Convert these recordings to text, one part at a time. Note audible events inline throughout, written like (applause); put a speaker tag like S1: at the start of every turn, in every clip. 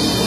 S1: 闻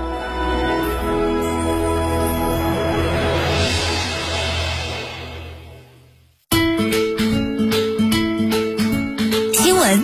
S2: 新闻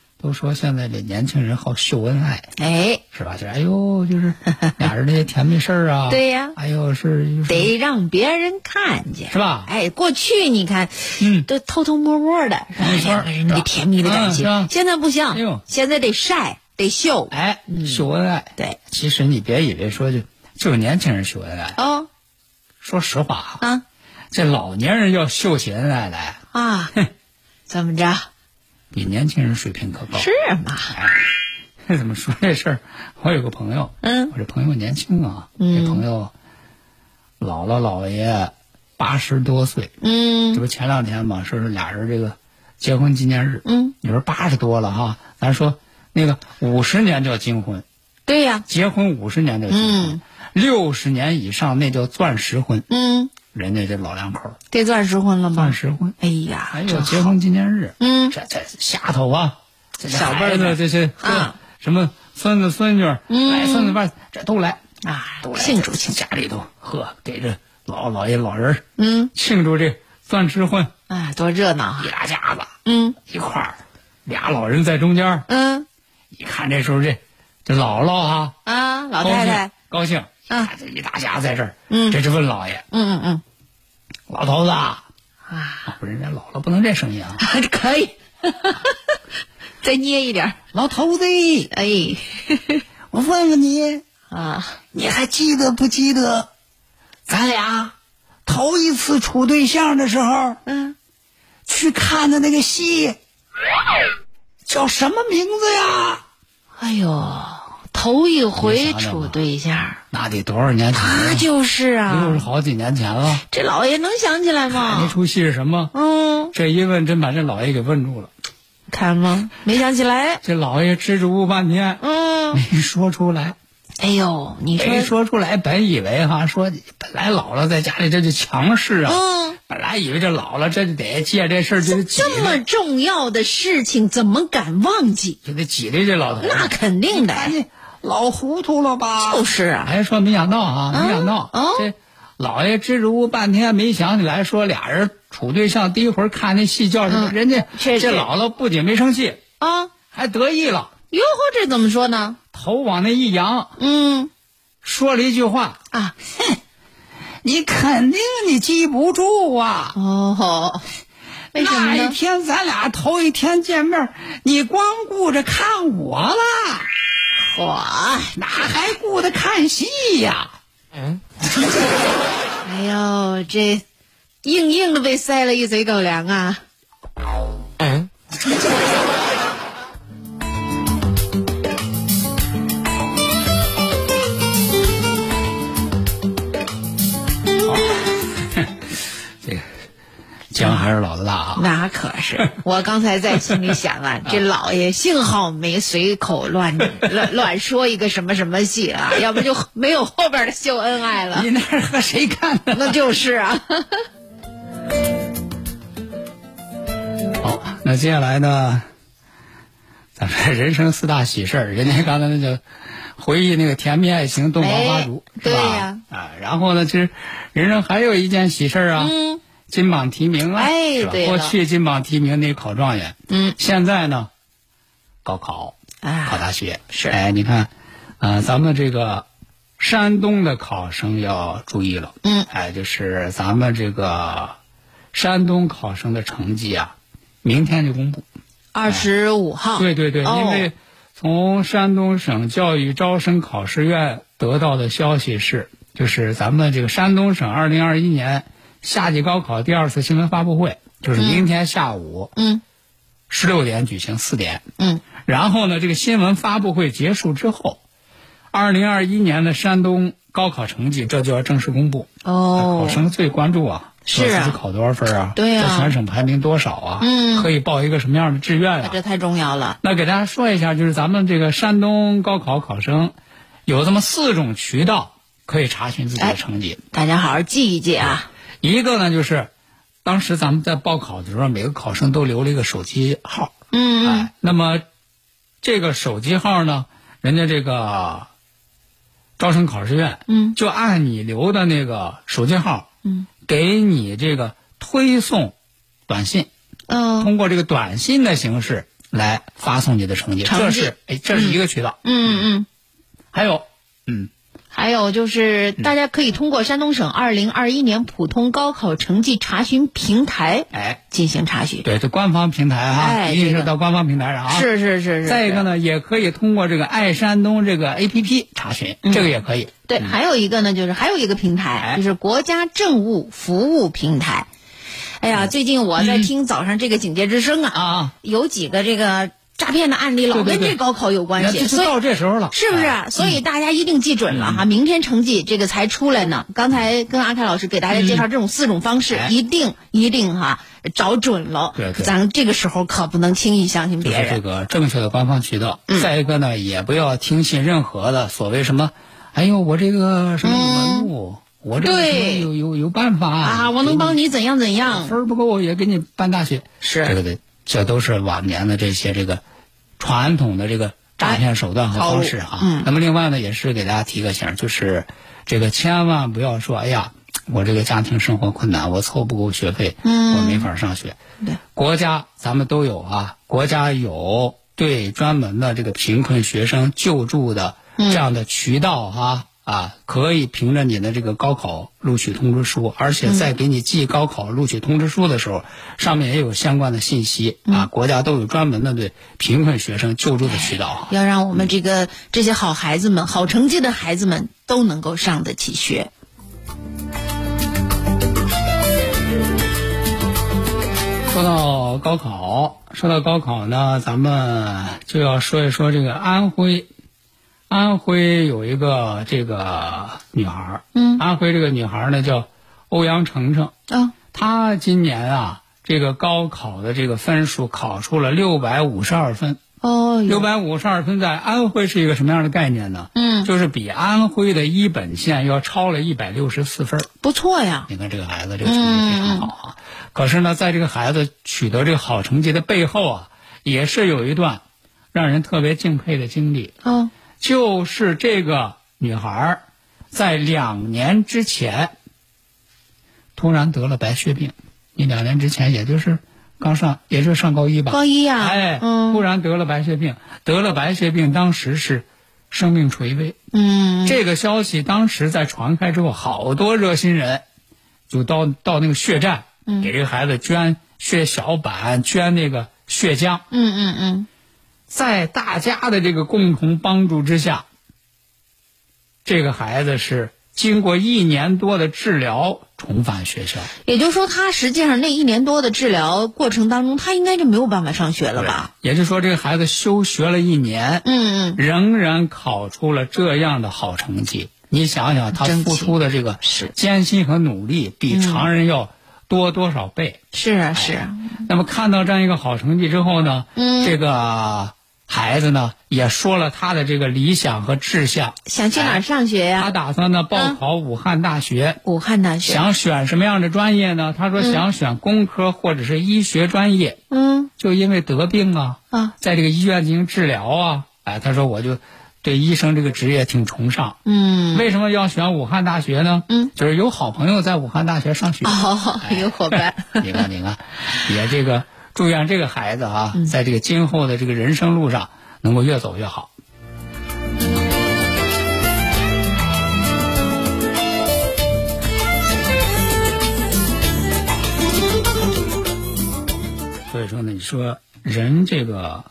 S1: 都说现在这年轻人好秀恩爱，
S2: 哎，
S1: 是吧？就是哎呦，就是
S2: (laughs)
S1: 俩人那些甜蜜事儿啊，
S2: 对呀
S1: 哎呦是就是
S2: 得让别人看见，
S1: 是吧
S2: 哎，过去你看，
S1: 嗯
S2: 都偷偷摸摸的，是吧
S1: 没错
S2: 两个人
S1: 是吧
S2: 得甜蜜的啊感情，
S1: 嗯是吧
S2: 现在不行，
S1: 哎呦
S2: 现在得晒，得秀，
S1: 哎
S2: 嗯
S1: 秀恩爱。
S2: 对，
S1: 其实你别以为说就就是年轻人秀恩爱，
S2: 哦，
S1: 说实话啊，
S2: 啊
S1: 这老年人要秀起恩爱来，
S2: 啊，怎么着？
S1: 比年轻人水平可高。
S2: 是嘛？
S1: (laughs) 怎么说这事儿？我有个朋友，
S2: 嗯
S1: 我这朋友年轻啊，
S2: 嗯
S1: 这朋友姥姥姥爷八十多岁，这
S2: 嗯
S1: 不前两天嘛，说是俩人这个结婚纪念日，
S2: 嗯，
S1: 你说八十多了哈，咱说那个五十年叫金婚，
S2: 对呀，
S1: 结婚五十年叫金婚
S2: 嗯，
S1: 六十、年以上那叫钻石婚，
S2: 嗯，
S1: 人家这老两口儿
S2: 这钻石婚了
S1: 钻
S2: 吗？
S1: 石婚，
S2: 哎呀，
S1: 还有
S2: 真
S1: 结
S2: 好
S1: 婚纪念日，
S2: 嗯
S1: 这这下头啊，这
S2: 小辈
S1: 孩
S2: 儿
S1: 子
S2: 的
S1: 这些
S2: 啊
S1: 什么孙子孙女儿，
S2: 嗯
S1: 来孙子辈儿这都来，
S2: 啊
S1: 都，来
S2: 庆祝庆祝，
S1: 家里头呵给这老老爷老人儿
S2: 嗯，
S1: 庆祝这钻石婚，
S2: 哎，多热闹
S1: 一
S2: 啊，
S1: 大家子
S2: 嗯
S1: 一块儿，俩老人在中间儿，
S2: 嗯
S1: 一看这时候这这姥姥啊，
S2: 啊，老太太，
S1: 高兴高兴，
S2: 嗯
S1: 一看这一大家子在这儿，
S2: 嗯
S1: 这是问老爷
S2: 嗯嗯嗯。
S1: 老头子啊，
S2: 啊，
S1: 啊不是人家姥姥不能这声音啊，
S2: (laughs)
S1: (laughs)
S2: 可以，再捏一点儿，
S1: 老头子，
S2: 哎，
S1: 我问问你，
S2: 啊，
S1: 你还记得不记得，咱俩头一次处对象的时候
S2: 嗯，
S1: 去看的那个戏，叫什么名字呀？
S2: 哎呦，头一
S1: 你
S2: 回
S1: 想想吧嗯
S2: 处对象，
S1: 那得多少年前
S2: 那
S1: 了？
S2: 就是
S1: 又是
S2: 啊，
S1: 好几年前了。
S2: 这老爷能想起来
S1: 那
S2: 吗？
S1: 出戏是什么？
S2: 嗯，
S1: 这一问真把这老爷给问住了。
S2: 看吗？没想起来，
S1: 这老爷支支吾吾半天，
S2: 嗯，
S1: 没说出来，
S2: 哎呦，你
S1: 没
S2: 说，
S1: 说出来。本以为哈，说本来姥姥在家里这就强势啊，
S2: 嗯，
S1: 本来以为这姥姥这就得借这事儿就得挤
S2: 这么
S1: 兑，
S2: 重要的事情怎么敢忘记？
S1: 就得挤兑这老头子。
S2: 那肯定的，
S1: 你老糊涂了吧？
S2: 就是啊，
S1: 还说没想到啊，没想到、
S2: 哦
S1: 这老爷支支吾吾半天没想起来，说俩人处对象第一回看那戏叫什么？
S2: 嗯
S1: 人家
S2: 确实
S1: 这姥姥不仅没生气，
S2: 啊，
S1: 还得意了，
S2: 哟呵，这怎么说呢？
S1: 头往那一扬，
S2: 嗯，
S1: 说了一句话
S2: 啊，：“
S1: 你肯定你记不住啊。”
S2: 哦吼，为什么
S1: 那一
S2: 呢？
S1: 天咱俩头一天见面，你光顾着看我了，
S2: 嚯！
S1: 哪还顾着看戏呀、
S2: 哎呦，这硬硬的被塞了一嘴狗粮啊！
S1: 姜还是老子大啊！
S2: 那可是，我刚才在心里想 (laughs) 啊，这老爷幸好没随口乱 (laughs) 乱乱说一个什么什么戏啊，要不就没有后边的秀恩爱 (laughs) 了。
S1: 你那是和谁看的？
S2: 那就是 (laughs) 啊，
S1: 好，那接下来呢，咱们人生四大喜事儿，人家刚才那叫回忆那个甜蜜爱情洞房花烛，
S2: 哎
S1: 是吧？
S2: 对呀
S1: 啊，然后呢，其实人生还有一件喜事儿啊，
S2: 嗯
S1: 金榜题名啊，
S2: 哎
S1: 是吧
S2: 对了
S1: 过去金榜题名得考状元，
S2: 嗯
S1: 现在呢，高考考
S2: 啊，
S1: 大学
S2: 是
S1: 哎，你看，呃，咱们这个山东的考生要注意了，
S2: 嗯
S1: 哎，就是咱们这个山东考生的成绩啊，明天就公布。
S2: 二十五号。
S1: 对对对，
S2: 哦
S1: 因为从山东省教育招生考试院得到的消息是，就是咱们这个山东省二零二一年夏季高考第二次新闻发布会，就是明天下午
S2: 嗯
S1: 十六点举行，四点。
S2: 嗯
S1: 然后呢，这个新闻发布会结束之后，二零二一年的山东高考成绩这就要正式公布。考
S2: 哦，
S1: 生最关注啊，
S2: 是啊
S1: 说自己考多少分啊？
S2: 对啊
S1: 在全省排名多少啊？
S2: 嗯
S1: 可以报一个什么样的志愿
S2: 那
S1: 啊？
S2: 这太重要了。
S1: 那给大家说一下，就是咱们这个山东高考考生有这么四种渠道可以查询自己的成绩。
S2: 大家好好记一记啊。
S1: 一个呢就是，当时咱们在报考的时候，每个考生都留了一个手机号，
S2: 嗯
S1: 哎，那么这个手机号呢，人家这个招生考试院
S2: 嗯
S1: 就按你留的那个手机号
S2: 嗯
S1: 给你这个推送短信，
S2: 嗯
S1: 通过这个短信的形式来发送你的成绩，
S2: 成绩
S1: 这是哎，这是一个渠道。
S2: 嗯嗯。
S1: 还有，嗯，
S2: 还有就是，大家可以通过山东省二零二一年普通高考成绩查询平台
S1: 哎，
S2: 进行查询。
S1: 对，这官方平台哈、
S2: 哎
S1: 一定
S2: 这
S1: 是
S2: 个
S1: 到官方平台上啊。。
S2: 是是是是。
S1: 再一个
S2: 是？
S1: 呢，也可以通过这个爱山东这个 A P P 查询，
S2: 嗯
S1: 这个也可以。
S2: 对，还有一个呢，就是还有一个平台
S1: 嗯哎，
S2: 就是国家政务服务平台。哎
S1: 嗯
S2: 呀，最近我在听早上这个警戒之声
S1: 啊
S2: 啊，
S1: 啊，
S2: 有几个这个诈骗的案例老
S1: 对对
S2: 跟
S1: 对
S2: 这高考有关
S1: 那
S2: 系，
S1: 这就
S2: 所以
S1: 到这时候了，
S2: 是不是？
S1: 哎嗯
S2: 所以大家一定记准了哈，明天成绩这个才出来呢。刚才跟阿凯老师给大家介绍这种四种方式，
S1: 哎
S2: 一定一定哈找准了。
S1: 对对
S2: 咱这个时候可不能轻易相信
S1: 就嗯
S2: 别
S1: 是这
S2: 人。
S1: 个正确的官方渠道。
S2: 嗯
S1: 再一个呢，也不要听信任何的所谓什么，哎呦，我这个什么文物，我这个什么
S2: 嗯对
S1: 有有有办法
S2: 啊，我能帮
S1: 你
S2: 你怎样怎样？
S1: 分儿不够也给你办大学，
S2: 是
S1: 这个的，这都是往年的这些这个传统的这个诈骗手段和
S2: 哎套路
S1: 方式啊。
S2: 嗯
S1: 那么另外呢，也是给大家提个醒儿，就是这个千万不要说，哎呀，我这个家庭生活困难，我凑不够学费，
S2: 嗯
S1: 我没法上学。
S2: 对，
S1: 国家咱们都有啊，国家有对专门的这个贫困学生救助的这样的渠道哈、啊。可以凭着你的这个高考录取通知书，而且在给你寄高考录取通知书的时候，上面也有相关的信息、啊。国家都有专门的对贫困学生救助的渠道。
S2: 要让我们这个这些好孩子们、好成绩的孩子们都能够上得起学。
S1: 说到高考，说到高考呢，咱们就要说一说这个安徽。安徽有一个这个女孩儿，
S2: 嗯
S1: 安徽这个女孩儿呢叫欧阳程程，
S2: 啊，
S1: 她今年啊这个高考的这个分数考出了六百五十二分。
S2: 哦，
S1: 六
S2: 有
S1: 百五十二分在安徽是一个什么样的概念呢？
S2: 嗯
S1: 就是比安徽的一本线要超了一百六十四分儿。
S2: 不错呀，
S1: 你看这个孩子这个成绩非常好啊。可是呢，在这个孩子取得这个好成绩的背后啊，也是有一段让人特别敬佩的经历，
S2: 哦，
S1: 就是这个女孩儿在两年之前突然得了白血病。你两年之前，也就是刚上，也就是上高一吧，
S2: 高一呀，
S1: 哎，
S2: 嗯
S1: 突然得了白血病，得了白血病，当时是生命垂危。
S2: 嗯，
S1: 这个消息当时在传开之后，好多热心人就到到那个血站，
S2: 嗯
S1: 给这个孩子捐血小板，捐那个血浆。
S2: 嗯嗯嗯，
S1: 在大家的这个共同帮助之下，这个孩子是经过一年多的治疗重返学校。
S2: 也就是说，他实际上那一年多的治疗过程当中，他应该就没有办法上学了吧？
S1: 也就是说，这个孩子休学了一年，
S2: 嗯嗯，
S1: 仍然考出了这样的好成绩。你想想，他
S2: 真
S1: 付
S2: 奇
S1: 出的这个
S2: 是
S1: 艰辛和努力，比常人要多多少倍。
S2: 是啊是啊，
S1: 那么看到这样一个好成绩之后呢，
S2: 嗯
S1: 这个孩子呢也说了他的这个理想和志向，
S2: 想去
S1: 哎
S2: 哪儿上学
S1: 他
S2: 呀？
S1: 打算呢报考武汉大学。
S2: 武汉大学，
S1: 想选什么样的专业呢？他说想选工科或者是医学专业，
S2: 嗯
S1: 就因为得病啊，
S2: 啊，
S1: 在这个医院进行治疗啊。哎，他说我就对医生这个职业挺崇尚。
S2: 嗯，
S1: 为什么要选武汉大学呢？
S2: 嗯，
S1: 就是有好朋友在武汉大学上学。
S2: 哦，
S1: 哎
S2: 有伙
S1: (laughs)
S2: 伴，
S1: 你看，你看，也这个祝愿这个孩子啊，
S2: 嗯
S1: 在这个今后的这个人生路上能够越走越好。
S3: Thank you.
S1: 所以说呢，你说人这个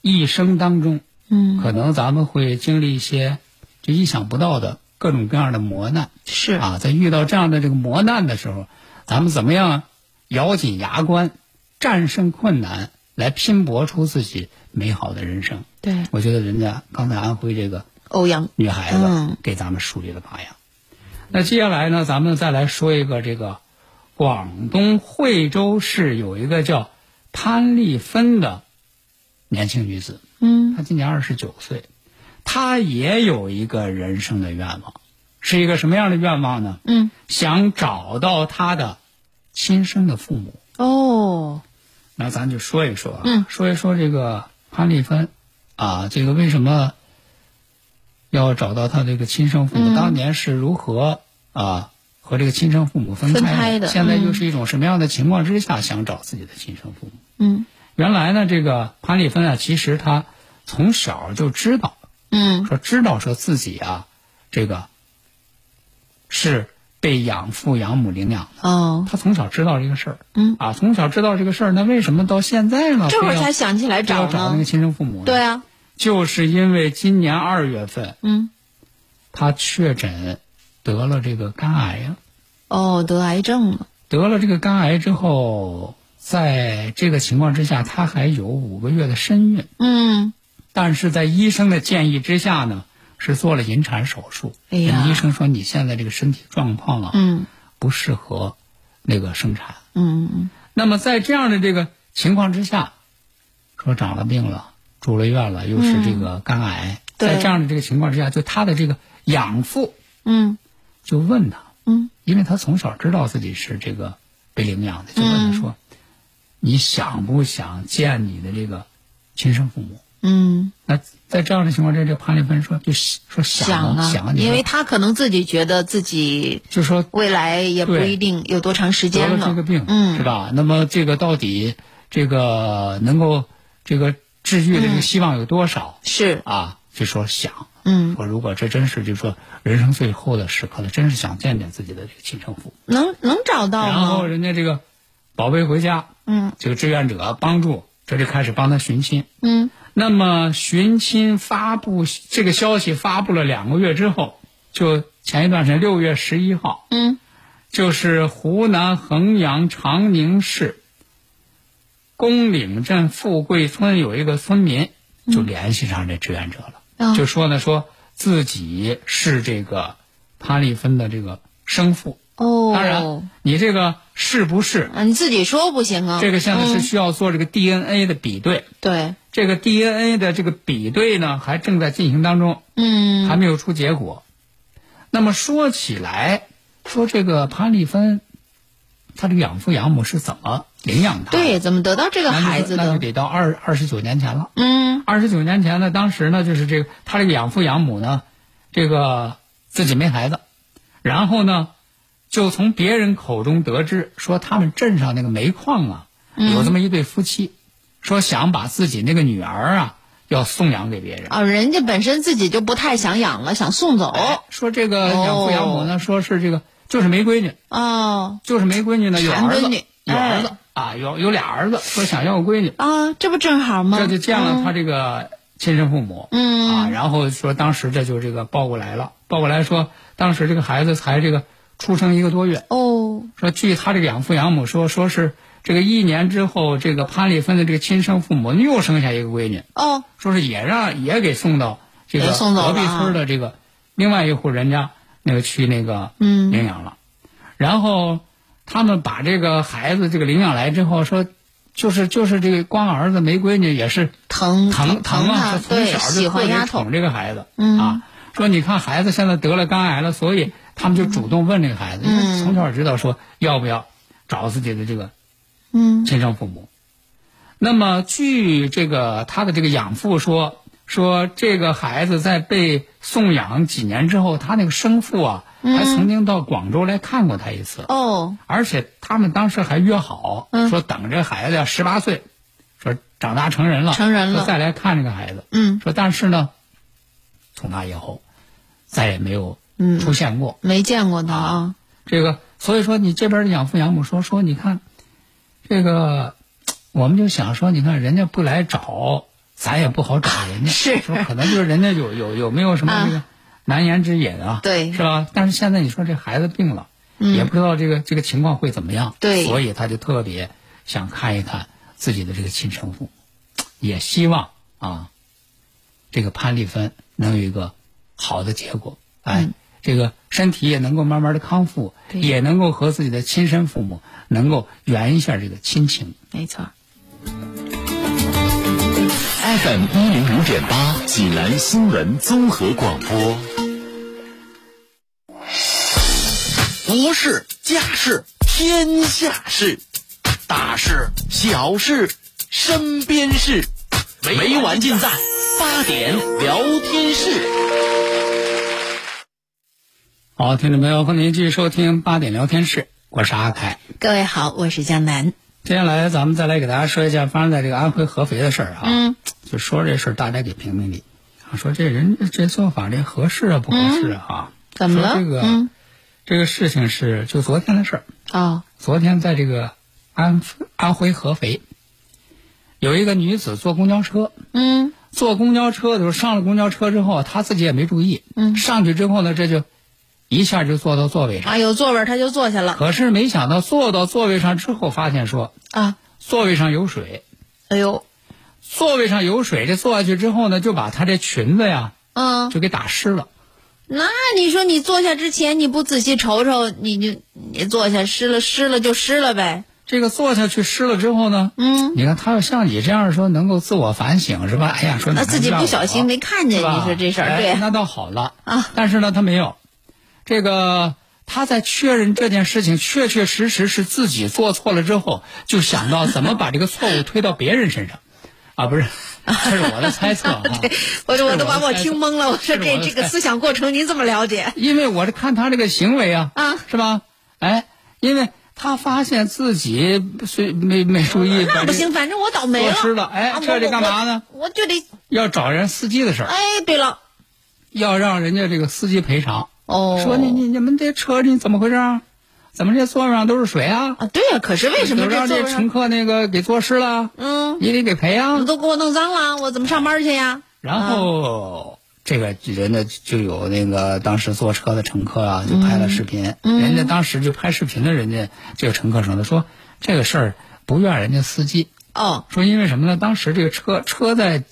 S1: 一生当中， (laughs)
S2: 嗯，
S1: 可能咱们会经历一些就意想不到的各种各样的磨难。
S2: 是
S1: 啊，在遇到这样的这个磨难的时候，咱们怎么样咬紧牙关，战胜困难，来拼搏出自己美好的人生？
S2: 对，
S1: 我觉得人家刚才安徽这个
S2: 欧阳，
S1: 女孩子、
S2: 嗯
S1: 给咱们树立了榜样。那接下来呢，咱们再来说一个这个广东惠州市有一个叫潘丽芬的年轻女子，
S2: 嗯
S1: 她今年二十九岁，她也有一个人生的愿望，是一个什么样的愿望呢？
S2: 嗯，
S1: 想找到她的亲生的父母。
S2: 哦，
S1: 那咱就说一说啊，
S2: 嗯
S1: 说一说这个潘丽芬啊，这个为什么要找到他这个亲生
S2: 嗯
S1: 父母？当年是如何啊和这个亲生父母分开
S2: 分开的
S1: 现在又是一种什么样的情况之下想找自己的亲生父母？
S2: 嗯
S1: 原来呢，这个潘丽芬啊，其实她从小就知道，
S2: 嗯
S1: 说知道说自己啊，这个是被养父养母领养的。
S2: 哦，
S1: 她从小知道这个事儿，
S2: 嗯
S1: 啊，从小知道这个事儿，那为什么到现在呢？
S2: 这会儿
S1: 啊非要
S2: 才想起来
S1: 非要
S2: 找
S1: 找那个
S2: 呢，
S1: 亲生父母呢？
S2: 对，啊，
S1: 就是因为今年二月份
S2: 嗯，
S1: 他确诊得了这个肝癌啊，
S2: 哦，得癌症了，
S1: 得了这个肝癌之后，在这个情况之下，他还有五个月的身孕，
S2: 嗯，
S1: 但是在医生的建议之下呢，是做了引产手术。
S2: 哎呀
S1: 人家医生说你现在这个身体状况啊，
S2: 嗯
S1: 不适合那个生产。
S2: 嗯嗯
S1: 那么在这样的这个情况之下，说长了病了，住了院了，又是这个肝癌，
S2: 嗯对
S1: 在这样的这个情况之下，就他的这个养父
S2: 嗯
S1: 就问他，
S2: 嗯，
S1: 因为他从小知道自己是这个被领养的，就问他说：“
S2: 嗯
S1: 你想不想见你的这个亲生父母
S2: 嗯，？”
S1: 那在这样的情况之下，这潘丽芬说：“就说想
S2: 想
S1: 啊想啊，你
S2: 因
S1: 说
S2: 为他可能自己觉得自己
S1: 就说
S2: 未来也不
S1: 对
S2: 一定有多长时
S1: 得
S2: 间
S1: 了这个
S2: 了，
S1: 病，
S2: 嗯
S1: 是吧？那么这个到底这个能够这个治愈
S2: 嗯
S1: 的这个希望有多少、
S2: 是，
S1: 啊？就说想
S2: 嗯，
S1: 说，如果这真是就说人生最后的时刻了，真是想见见自己的这个亲生父母。
S2: 能能找到
S1: 然后
S2: 吗？
S1: 人家这个宝贝回家，
S2: 嗯
S1: 这个志愿者帮助，这就开始帮他寻亲。
S2: 嗯，
S1: 那么寻亲发布这个消息发布了两个月之后，就前一段时间六月十一号，
S2: 嗯
S1: 就是湖南衡阳长宁市宫岭镇富贵村有一个村民就联系上这志愿者了，
S2: 嗯
S1: 就说呢说自己是这个潘丽芬的这个生父。
S2: 哦，
S1: 当然，你这个是不是
S2: 啊，你自己说不行啊，
S1: 这个现在是
S2: 嗯
S1: 需要做这个 DNA 的比对，
S2: 对，
S1: 这个 DNA 的这个比对呢还正在进行当中。
S2: 嗯
S1: 还没有出结果。那么说起来，说这个潘丽芬，她这个养父养母是怎么领养她？
S2: 对，，怎么得到这个
S1: 那就
S2: 孩子
S1: 那就
S2: 的？
S1: 得到二二十九年前了。
S2: 嗯
S1: 二十九年前呢，当时呢，就是这个她这个养父养母呢，这个自己没孩子，然后呢，就从别人口中得知说他们镇上那个煤矿啊，
S2: 嗯
S1: 有这么一对夫妻，说想把自己那个女儿啊要送养给别人。
S2: 啊，人家本身自己就不太想养了，想送走
S1: 哎，说这个养父养母呢，说是这个就是没闺女，
S2: 哦
S1: 就是没闺女呢，有
S2: 馋
S1: 儿
S2: 闺
S1: 子
S2: 女，
S1: 有儿子
S2: 哎
S1: 啊，有有俩儿子，说想要个闺女，
S2: 啊，这不正好吗？
S1: 这就见了他这个亲生父母，
S2: 嗯
S1: 啊，然后说当时这就这个抱过来了，抱过来说当时这个孩子才这个出生一个多月，
S2: 哦，
S1: 说据他这个养父养母说，说是这个一年之后，这个潘丽芬的这个亲生父母又生下一个闺女，
S2: 哦，
S1: 说是也让也给送到这个
S2: 也送走
S1: 隔
S2: 了啊
S1: 壁村的这个另外一户人家那个去那个
S2: 嗯
S1: 领养了，然后他们把这个孩子这个领养来之后说，就是就是这个光儿子没闺女也是
S2: 嗯疼
S1: 疼
S2: 疼
S1: 啊，
S2: 他，
S1: 说从
S2: 对，
S1: 小
S2: 喜
S1: 就特
S2: 欢
S1: 别
S2: 丫头
S1: 宠，这个孩子、
S2: 嗯
S1: 啊，说你看孩子现在得了肝癌了，所以他们就主动问这个孩子，因为从小知道说要不要找自己的这个
S2: 嗯
S1: 亲生父母。那么，据这个他的这个养父说，说这个孩子在被送养几年之后，他那个生父啊，
S2: 嗯
S1: 还曾经到广州来看过他一次，
S2: 哦，
S1: 而且他们当时还约好，
S2: 嗯
S1: 说等这孩子十八岁，说长大成人了，
S2: 成人了
S1: 说再来看这个孩子。
S2: 嗯，
S1: 说但是呢，从那以后，再也没有
S2: 嗯
S1: 出现过。
S2: 没见过他啊，
S1: 这个，所以说你这边的养父养母说说，你看，这个我们就想说，你看人家不来找，咱也不好找人家，
S2: (laughs) 是啊
S1: 说可能就是人家有有有没有什么这个难言之隐啊，
S2: 对嗯
S1: 是吧？但是现在你说这孩子病了，也不知道这个这个情况会怎么样，
S2: 对
S1: 所以他就特别想看一看自己的这个亲生父母，也希望啊，这个潘丽芬能有一个好的结果，哎，这个身体也能够慢慢的康复，
S2: 嗯对
S1: 也能够和自己的亲生父母能够圆一下这个亲情。
S2: 没错。
S4: FM 一零五点八，济南新闻综合广播。
S5: 国事、家事、天下事，大事、小事、身边事，每晚尽在八点聊天室。
S1: 好，听众朋友，欢迎您继续收听八点聊天室，我是阿凯。
S2: 各位好，我是江南。
S1: 接下来咱们再来给大家说一下发生在这个安徽合肥的事儿啊，
S2: 嗯，
S1: 就说这事儿大家给评评理，啊，说这人这做法这合适啊不合适啊？
S2: 嗯怎么了
S1: 说这个、
S2: 嗯
S1: 这个事情是就昨天的事儿，
S2: 哦，
S1: 昨天在这个安安徽合肥，有一个女子坐公交车，
S2: 嗯
S1: 坐公交车的时候上了公交车之后，她自己也没注意，
S2: 嗯
S1: 上去之后呢，这就一下就坐到座位上，
S2: 啊，有座位儿他就坐下了
S1: 可是没想到坐到座位上之后，发现说
S2: 啊。
S1: 座位上有水，
S2: 哎呦，
S1: 座位上有水，这坐下去之后呢，就把她这裙子呀
S2: 嗯，
S1: 就给打湿了。
S2: 那你说你坐下之前你不仔细瞅瞅，你就你坐下湿了湿了就湿了呗。
S1: 这个坐下去湿了之后呢，
S2: 嗯，
S1: 你看她要像你这样说能够自我反省是吧？哎呀，说
S2: 那自己不小心
S1: 没。
S2: 没看见，
S1: 啊是吧
S2: 你说这事儿
S1: 哎
S2: 对啊
S1: 那倒好了
S2: 啊。
S1: 但是呢，他没有，这个他在确认这件事情确确实实是自己做错了之后，就想到怎么把这个错误推到别人身上，啊，
S2: (laughs)
S1: 不是，这是我的猜测啊。
S2: 我都我
S1: 是
S2: 都
S1: 我
S2: 把
S1: 的
S2: 我
S1: 猜
S2: 听
S1: 测
S2: 懵了。我说
S1: 是
S2: 这
S1: 我的
S2: 这个
S1: 猜
S2: 思想过程您这么
S1: (laughs)
S2: 了解？
S1: 因为我是看他这个行为啊，
S2: 啊
S1: 是吧？哎，因为他发现自己虽没没注意，把
S2: 那
S1: 这
S2: 不行，反正我倒霉
S1: 坐
S2: 了。
S1: 湿了哎
S2: 啊
S1: 这
S2: 我
S1: 得
S2: 我
S1: 干嘛呢
S2: 我我就得
S1: 要找人司机的事儿，
S2: 哎，对了，
S1: 要让人家这个司机赔偿。
S2: 哦，
S1: 说你你你们这车你怎么回事啊？怎么这座位上都是水啊？
S2: 啊，对呀、可是为什么
S1: 有
S2: 这
S1: 让
S2: 座
S1: 这
S2: 位
S1: 乘
S2: 上？
S1: 客那个给坐湿了，
S2: 嗯，
S1: 你得给赔
S2: 你
S1: 啊。
S2: 都给我弄脏了，我怎么上班去呀？
S1: 然后这个人呢就有那个当时坐车的乘客啊，
S2: 嗯
S1: 就拍了视频。人家当时就拍视频的人家这个乘客说的，说这个事儿不怨人家司机，
S2: 哦，
S1: 说因为什么呢？当时这个车车在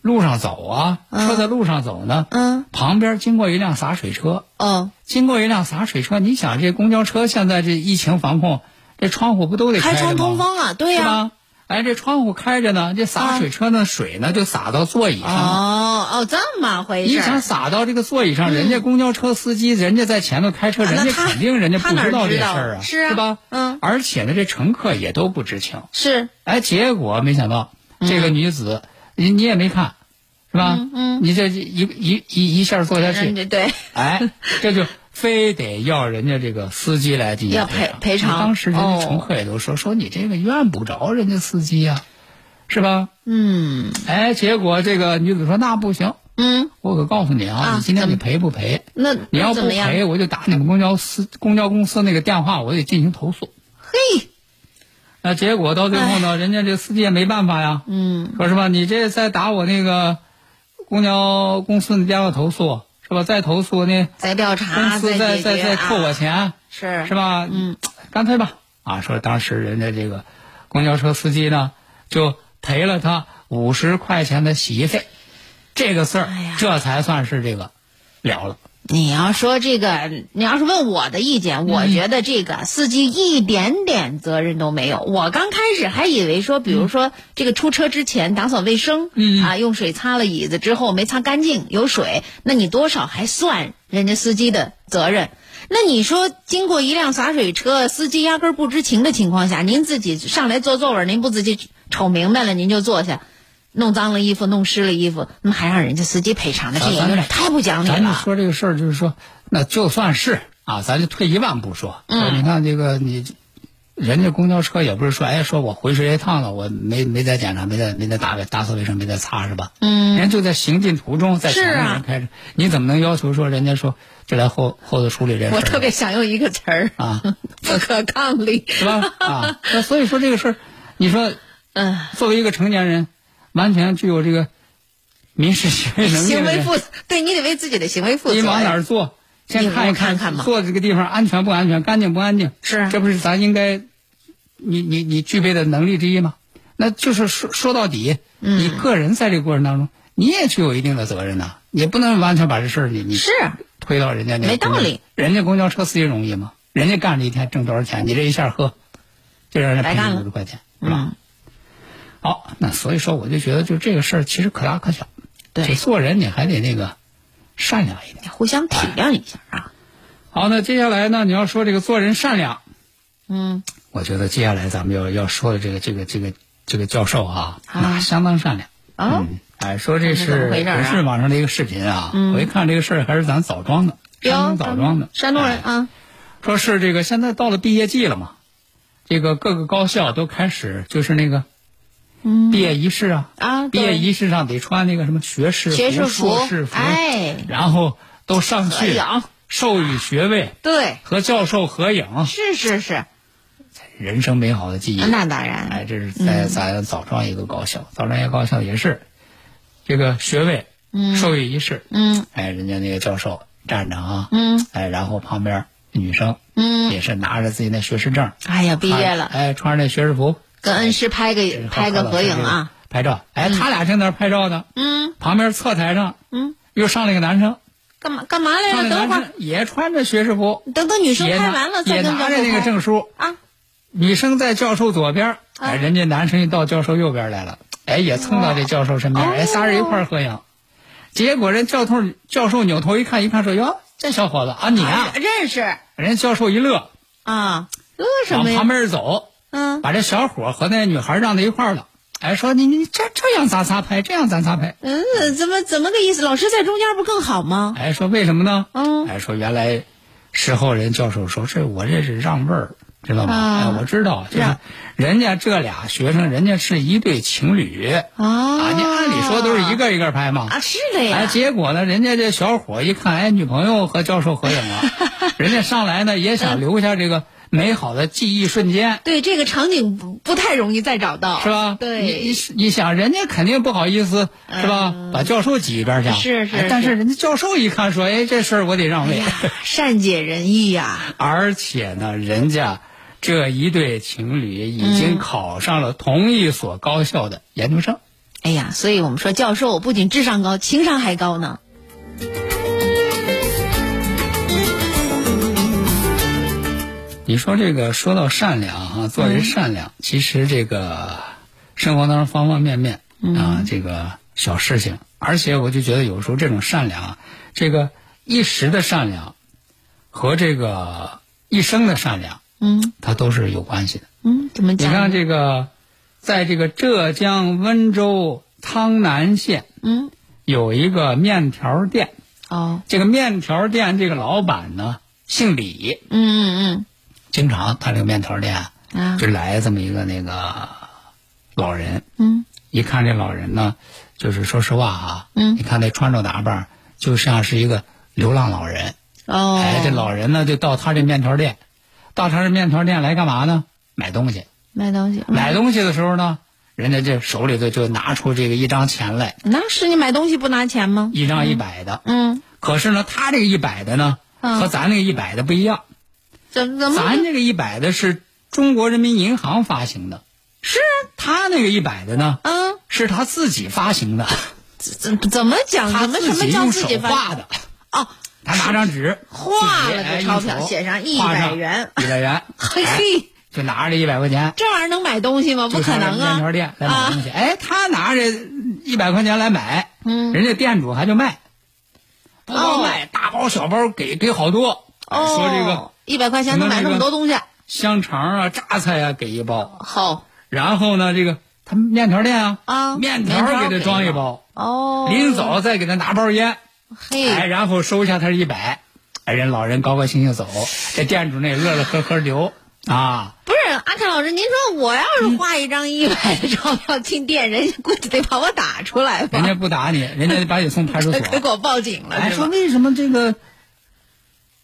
S1: 路上走啊，车在路上走呢，
S2: 嗯，
S1: 旁边经过一辆洒水车，
S2: 哦，
S1: 经过一辆洒水车，你想这公交车现在这疫情防控，这窗户不都得
S2: 开
S1: 着吗
S2: 窗通风啊，对
S1: 是
S2: 呀、
S1: 吧？哎，这窗户开着呢，这洒水车呢、水呢就洒到座椅上了。
S2: 哦哦，这么回
S1: 你
S2: 事
S1: 想
S2: 儿。嗯
S1: 洒到这个座椅上，人家公交车司机，人家在前头开车，
S2: 啊
S1: 人
S2: 那
S1: 家
S2: 他
S1: 肯定人家
S2: 他
S1: 不
S2: 哪儿
S1: 道这
S2: 知
S1: 事
S2: 道
S1: 儿啊，
S2: 是啊
S1: 吧？
S2: 嗯
S1: 而且呢，这乘客也都不知情。
S2: 是，
S1: 哎，结果没想到这个女子，你你也没看，是吧？
S2: 嗯嗯
S1: 你这一一一一下坐下去，
S2: 嗯，对， (laughs)
S1: 哎，这就非得要人家这个司机来进行
S2: 要赔赔偿
S1: 当时人
S2: 哦
S1: 家乘客也都说、说你这个怨不着人家司机呀、是吧？
S2: 嗯
S1: 哎，结果这个女子说那不行，
S2: 嗯，
S1: 我可告诉你啊，
S2: 啊
S1: 你今天
S2: 怎么
S1: 你赔不赔？
S2: 那
S1: 你要
S2: 那怎
S1: 不
S2: 么样？
S1: 赔，我就打你们公交司公交公司那个电话，我得进行投诉。
S2: 嘿，
S1: 那结果到最后呢，人家这司机也没办法呀，
S2: 哎嗯，
S1: 说是吧？你这再打我那个公交公司的电话投诉是吧？再投诉呢，
S2: 再调
S1: 公
S2: 查，
S1: 司再
S2: 再
S1: 再
S2: 解决
S1: 再
S2: 啊
S1: 扣我钱。
S2: 是
S1: 是？吧？
S2: 嗯，
S1: 干脆吧。啊，说当时人家这个公交车司机呢，就赔了他五十块钱的洗衣费，这个事儿、
S2: 哎呀
S1: 这才算是这个了了。
S2: 你要说这个，你要是问我的意见，我觉得这个司机一点点责任都没有。我刚开始还以为说，比如说这个出车之前打扫卫生，
S1: 嗯
S2: 啊，用水擦了椅子之后没擦干净，有水，那你多少还算人家司机的责任。那你说，经过一辆洒水车，司机压根儿不知情的情况下，您自己上来坐座位儿，您不自己瞅明白了，您就坐下，弄脏了衣服，弄湿了衣服，那么还让人家司机赔偿呢，这也有点太不讲理
S1: 咱就
S2: 了。
S1: 说这个事儿，就是说，那就算是啊，咱就退一万步说，说
S2: 嗯
S1: 你看这个你，人家公交车也不是说，哎，说我回水一趟了，我没没在检查，没在没在打打扫卫生，没在擦是吧？
S2: 嗯，
S1: 人家就在行进途中，在
S2: 是啊
S1: 前面人开着，你怎么能要求说人家说就来后后头处理这事儿呢？
S2: (laughs) 我特
S1: (laughs)
S2: 别想用一个词儿
S1: 啊，
S2: 不可抗力。
S1: 是吧？啊，那所以说这个事儿，你说
S2: 嗯，
S1: 作为一个成年人，完全具有这个民事行为能力的
S2: 行为
S1: 人，
S2: 负，对你得为自己的行为负责。
S1: 你往哪儿坐？先看一
S2: 你往看看嘛
S1: 坐这个地方安全不安全，干净不安净，
S2: 是
S1: 这不是咱应该，你你你具备的能力之一吗？那就是说说到底，
S2: 嗯
S1: 你个人在这个过程当中，你也具有一定的责任呐、也不能完全把这事儿你你
S2: 是啊
S1: 推到人家那个
S2: 没道
S1: 公交
S2: 理。
S1: 人家公交车司机容易吗？人家干这一天挣多少钱？你这一下喝，就让人家
S2: 白
S1: 赔
S2: 干
S1: 你
S2: 了
S1: 五十块钱，是吧？
S2: 嗯，
S1: 好，那所以说我就觉得，就这个事儿其实可大可小，就
S2: 对，
S1: 做人你还得那个善良一点。
S2: 互相体谅一下啊。
S1: 哎好，那接下来呢，你要说这个做人善良，
S2: 嗯，
S1: 我觉得接下来咱们要要说的这个这个这个这个教授啊，
S2: 啊
S1: 那相当善良。
S2: 哦，
S1: 哎，说这
S2: 这是怎
S1: 是
S2: 么回事啊嗯
S1: 不是网上的一个视频啊？我一看这个事儿还是咱枣庄的，山
S2: 哟
S1: 东枣庄的，
S2: 山东人
S1: 哎
S2: 啊，
S1: 说是这个现在到了毕业季了嘛，这个各个高校都开始就是那个
S2: 嗯
S1: 毕业仪式啊，
S2: 啊，
S1: 毕业
S2: 对
S1: 仪式上得穿那个什么学士服、
S2: 学士服
S1: 硕士服，
S2: 哎
S1: 然后都上
S2: 合
S1: 去
S2: 影，
S1: 授予学位，
S2: 对，
S1: 和教授合影，
S2: 是是是，
S1: 人生美好的记忆。
S2: 那嗯当然，
S1: 哎，这是在咱枣庄一个高校，枣庄一个高校也是这个学位授予仪式，
S2: 嗯
S1: 哎，人家那个教授站着啊，
S2: 嗯
S1: 哎，然后旁边女生
S2: 嗯，
S1: 也是拿着自己那学士证，
S2: 哎呀，毕业了，
S1: 哎，穿着那学士服，
S2: 跟恩师拍
S1: 哎
S2: 个拍个合影啊，，
S1: 拍照。哎，他俩正在那儿拍照呢，
S2: 嗯
S1: 旁边侧台上
S2: 嗯，
S1: 又上了一个男生，
S2: 干嘛干嘛来
S1: 上
S2: 了？
S1: 了
S2: 等
S1: 男
S2: 会儿
S1: 生也穿着学士服，
S2: 等等，女生
S1: 也
S2: 拍
S1: 拿
S2: 完了
S1: 也
S2: 再跟
S1: 拿
S2: 教
S1: 着那个
S2: 授
S1: 证书，
S2: 拍啊，
S1: 女生在教授左边，哎，人家男生一到教授右边来了，哎，也蹭到这教授身边，
S2: 哦
S1: 哎，仨人一块儿合影。结果人教头教授扭头一看，一看说：“哟，这小伙子啊，你啊！”
S2: 认识
S1: 人家教授一乐，
S2: 啊，乐什
S1: 往
S2: 么呀
S1: 旁？边一走，
S2: 嗯，
S1: 把这小伙和那女孩让到一块儿了。哎，说你你这这样咱仨拍，这样咱仨拍。
S2: 嗯，怎么怎么个意思？老师在中间不更好吗？
S1: 哎，说为什么呢？
S2: 嗯
S1: 哎，说原来事后人教授说，这我这是让位儿，知道吗？
S2: 啊
S1: 哎，我知道，就是
S2: 让
S1: 人家这俩学生，人家是一对情侣啊，
S2: 啊，
S1: 你按理说都是一个一个拍嘛。
S2: 啊，是的
S1: 哎，
S2: 呀，
S1: 结果呢，人家这小伙一看，哎，女朋友和教授合
S2: (laughs)
S1: 影了，人家上来呢也想留下这个美好的记忆瞬间，
S2: 对这个场景不不太容易再找到，
S1: 是吧？你
S2: 对，嗯
S1: 你你想，人家肯定不好意思，是吧？把教授挤一边去啊。
S2: 是是
S1: 哎但
S2: 是
S1: 是人家教授一看说，哎，这事儿我得让
S2: 哎
S1: 位。
S2: 呀，善解人意呀，
S1: (laughs) 而且呢，人家这一对情侣已
S2: 嗯
S1: 经考上了同一所高校的研究生。
S2: 哎呀，所以我们说教授不仅智商高，情商还高呢。
S1: 你说这个说到善良哈、做人善良，其实这个生活当中方方面面、啊，这个小事情，而且我就觉得有时候这种善良，啊，这个一时的善良和这个一生的善良，
S2: 嗯
S1: 它都是有关系的。
S2: 嗯，怎么
S1: 你
S2: 讲？
S1: 看这个，在这个浙江温州汤南县，
S2: 嗯
S1: 有一个面条店，
S2: 哦
S1: 这个面条店这个老板呢姓李，
S2: 嗯嗯
S1: 经常他这个面条店啊
S2: 嗯啊
S1: 就来这么一个那个老人，
S2: 嗯
S1: 一看这老人呢，就是说实话啊，
S2: 嗯
S1: 你看那穿着打扮，就像是一个流浪老人。
S2: 哦
S1: 哎，这老人呢就到他这面条店，到他这面条店来干嘛呢？买东西。
S2: 卖东西，嗯
S1: 买东西的时候呢，人家这手里头就拿出这个一张钱来，
S2: 那是你买东西不拿钱吗？
S1: 一张一百的。
S2: 嗯，
S1: 可是呢，他这个一百的呢，
S2: 嗯
S1: 和咱那个一百的不一样。
S2: 怎怎么
S1: 咱这个一百的是中国人民银行发行的，
S2: 是
S1: 他那个一百的呢
S2: 啊？
S1: 是他自己发行的，
S2: 怎怎么讲？
S1: 他
S2: 怎么
S1: 自
S2: 啊什么
S1: 己
S2: 叫
S1: 用
S2: 自
S1: 手
S2: 己发
S1: 画的，
S2: 哦？
S1: 他拿张纸
S2: 画
S1: 自己
S2: 了
S1: 哎
S2: 个钞
S1: 一
S2: 票，
S1: 手
S2: 写上一
S1: 画
S2: 百
S1: 上
S2: 元，
S1: 一百元，哎
S2: (laughs) 嘿嘿，
S1: 就拿着一百块钱，
S2: 这玩意儿能买东西吗？不
S1: 就
S2: 可
S1: 上
S2: 能
S1: 面条
S2: 啊！
S1: 店来买东西，哎，他拿着一百块钱来买，
S2: 嗯
S1: 人家店主还就卖，不光
S2: 哦
S1: 卖，大包小包给给好多，哎说这个
S2: 哦，一百块钱能买那么多东西，
S1: 香肠啊、榨菜啊给一包，
S2: 好
S1: 然后呢，这个他面条店啊，
S2: 啊
S1: 面条儿给他装一
S2: 面条儿给一
S1: 包，
S2: 哦。
S1: 临走再给他拿包烟，哎，
S2: 嘿，
S1: 然后收下他一百，哎，人老人高高兴兴走，这店主那乐乐呵呵流啊，
S2: 不是阿凯老师，您说我要是画一张一百的钞票进店，人家估计得把我打出来吧？
S1: 嗯人家不打你，人家把你送派出
S2: (laughs)
S1: 所，
S2: 给我报警了，
S1: 哎，
S2: 是
S1: 说
S2: 吧？
S1: 为什么这个，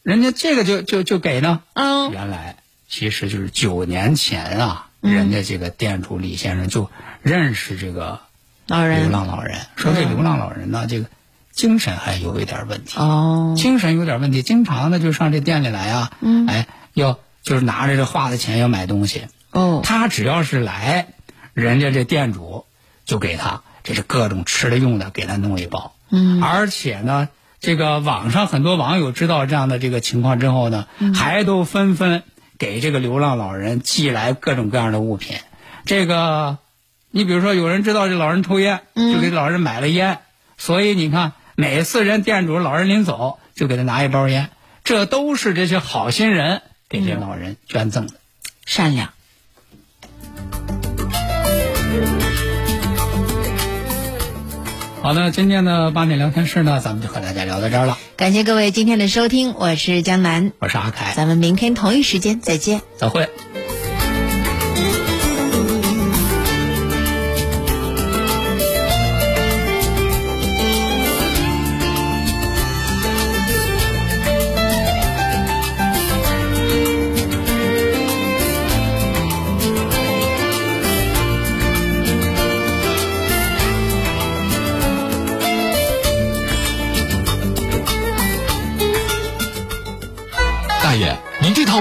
S1: 人家这个就就就给呢？
S2: 嗯
S1: 原来其实就是九年前啊，人家这个店主李先生就认识这个
S2: 老
S1: 流
S2: 人嗯
S1: 浪老人，说这流浪老人呢，这个精神还有一点问题，
S2: 哦，
S1: 精神有点问题，经常呢就上这店里来啊，
S2: 嗯
S1: 哎，要就是拿着这花的钱要买东西，
S2: 哦，
S1: 他只要是来，人家这店主就给他这是各种吃的用的，给他弄一包。
S2: 嗯，
S1: 而且呢，这个网上很多网友知道这样的这个情况之后呢，
S2: 嗯
S1: 还都纷纷给这个流浪老人寄来各种各样的物品。这个，你比如说有人知道这老人抽烟，
S2: 嗯
S1: 就给老人买了烟，所以你看每次人店主老人临走就给他拿一包烟，这都是这些好心人给这老人捐赠的。
S2: 善良。
S1: 好的，今天的八点聊天室呢，咱们就和大家聊到这儿了。
S2: 感谢各位今天的收听，我是江南，
S1: 我是阿凯，
S2: 咱们明天同一时间再见。
S1: 再会。
S5: 大爷，您这套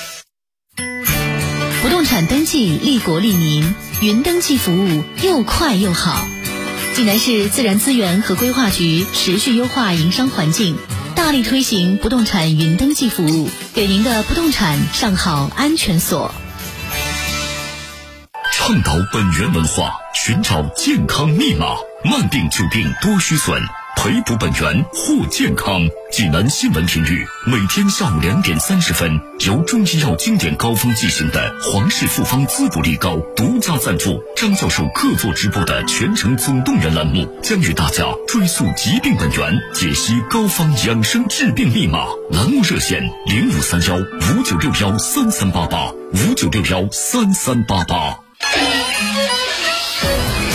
S3: 不动产登记利国利民，云登记服务又快又好。济南市自然资源和规划局持续优化营商环境，大力推行不动产云登记服务，给您的不动产上好安全锁。
S4: 倡导本源文化，寻找健康密码，慢病久病多虚损，培补本源护健康。济南新闻频率每天下午两点三十分，由中医药经典膏方进行的皇氏复方滋补力膏独家赞助，张教授客座直播的全程总动员栏目，将与大家追溯疾病本源，解析膏方养生治病密码。栏目热线零五三幺五九六幺三三八八五九六幺三三八八。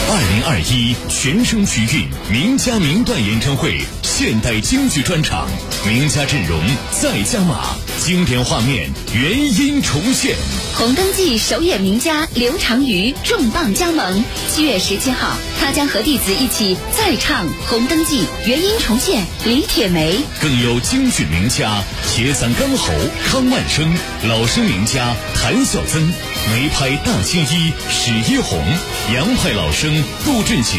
S4: 二零二一全声曲韵名家名段演唱会现代京剧专场，名家阵容再加码，经典画面原音重现。
S3: 红灯记首演名家刘长瑜重磅加盟，七月十七号，他将和弟子一起再唱《红灯记》，原音重现李铁梅、
S4: 更有京剧名家铁伞干侯康万生、老生名家谭晓增、梅派大青衣史一红、杨派老生杜振杰、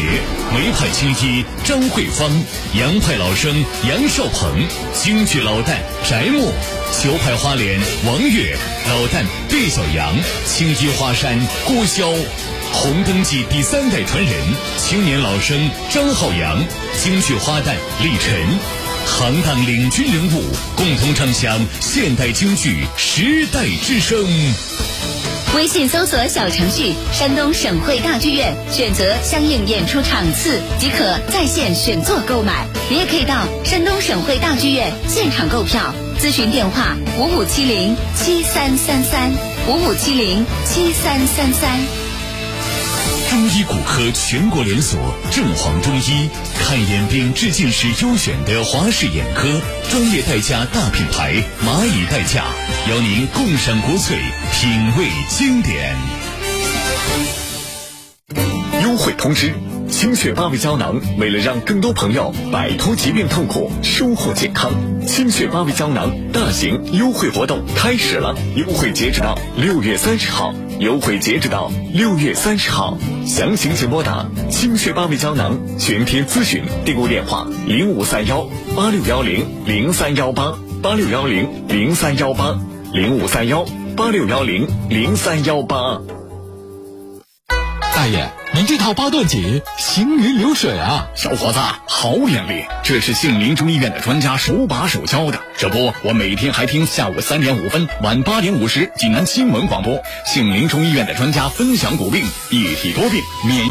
S4: 梅派青衣张慧芳、杨派老生杨少鹏、京剧老旦翟墨、球派花脸王月、老旦贝小杨、青衣花山郭骁。红灯记第三代传人、青年老生张浩洋、京剧花旦李晨，行当领军人物，共同唱响现代京剧时代之声。
S3: 微信搜索小程序“山东省会大剧院”，选择相应演出场次即可在线选座购买。你也可以到山东省会大剧院现场购票，咨询电话五五七零七三三三五五七零七三三三。
S4: 中医骨科全国连锁正黄中医，看眼病治近视优选的华氏眼科，专业代驾大品牌蚂蚁代驾，邀您共赏国粹，品味经典。优惠通知：清血八味胶囊，为了让更多朋友摆脱疾病痛苦，收获健康，清血八味胶囊大型优惠活动开始了，优惠截止到六月三十号，优惠截止到六月三十号，详情请拨打清血八味胶囊全天咨询订购电话零五三幺八六幺零零三幺八八六幺零零三幺八零五三幺八六幺零零三幺八。
S5: 大爷，您这套八段锦行云流水啊！
S4: 小伙子，好眼力！这是杏林中医院的专家手把手教的。这不，我每天还听下午三点五分、晚八点五十济南新闻广播，杏林中医院的专家分享骨病、一体多病、免疫。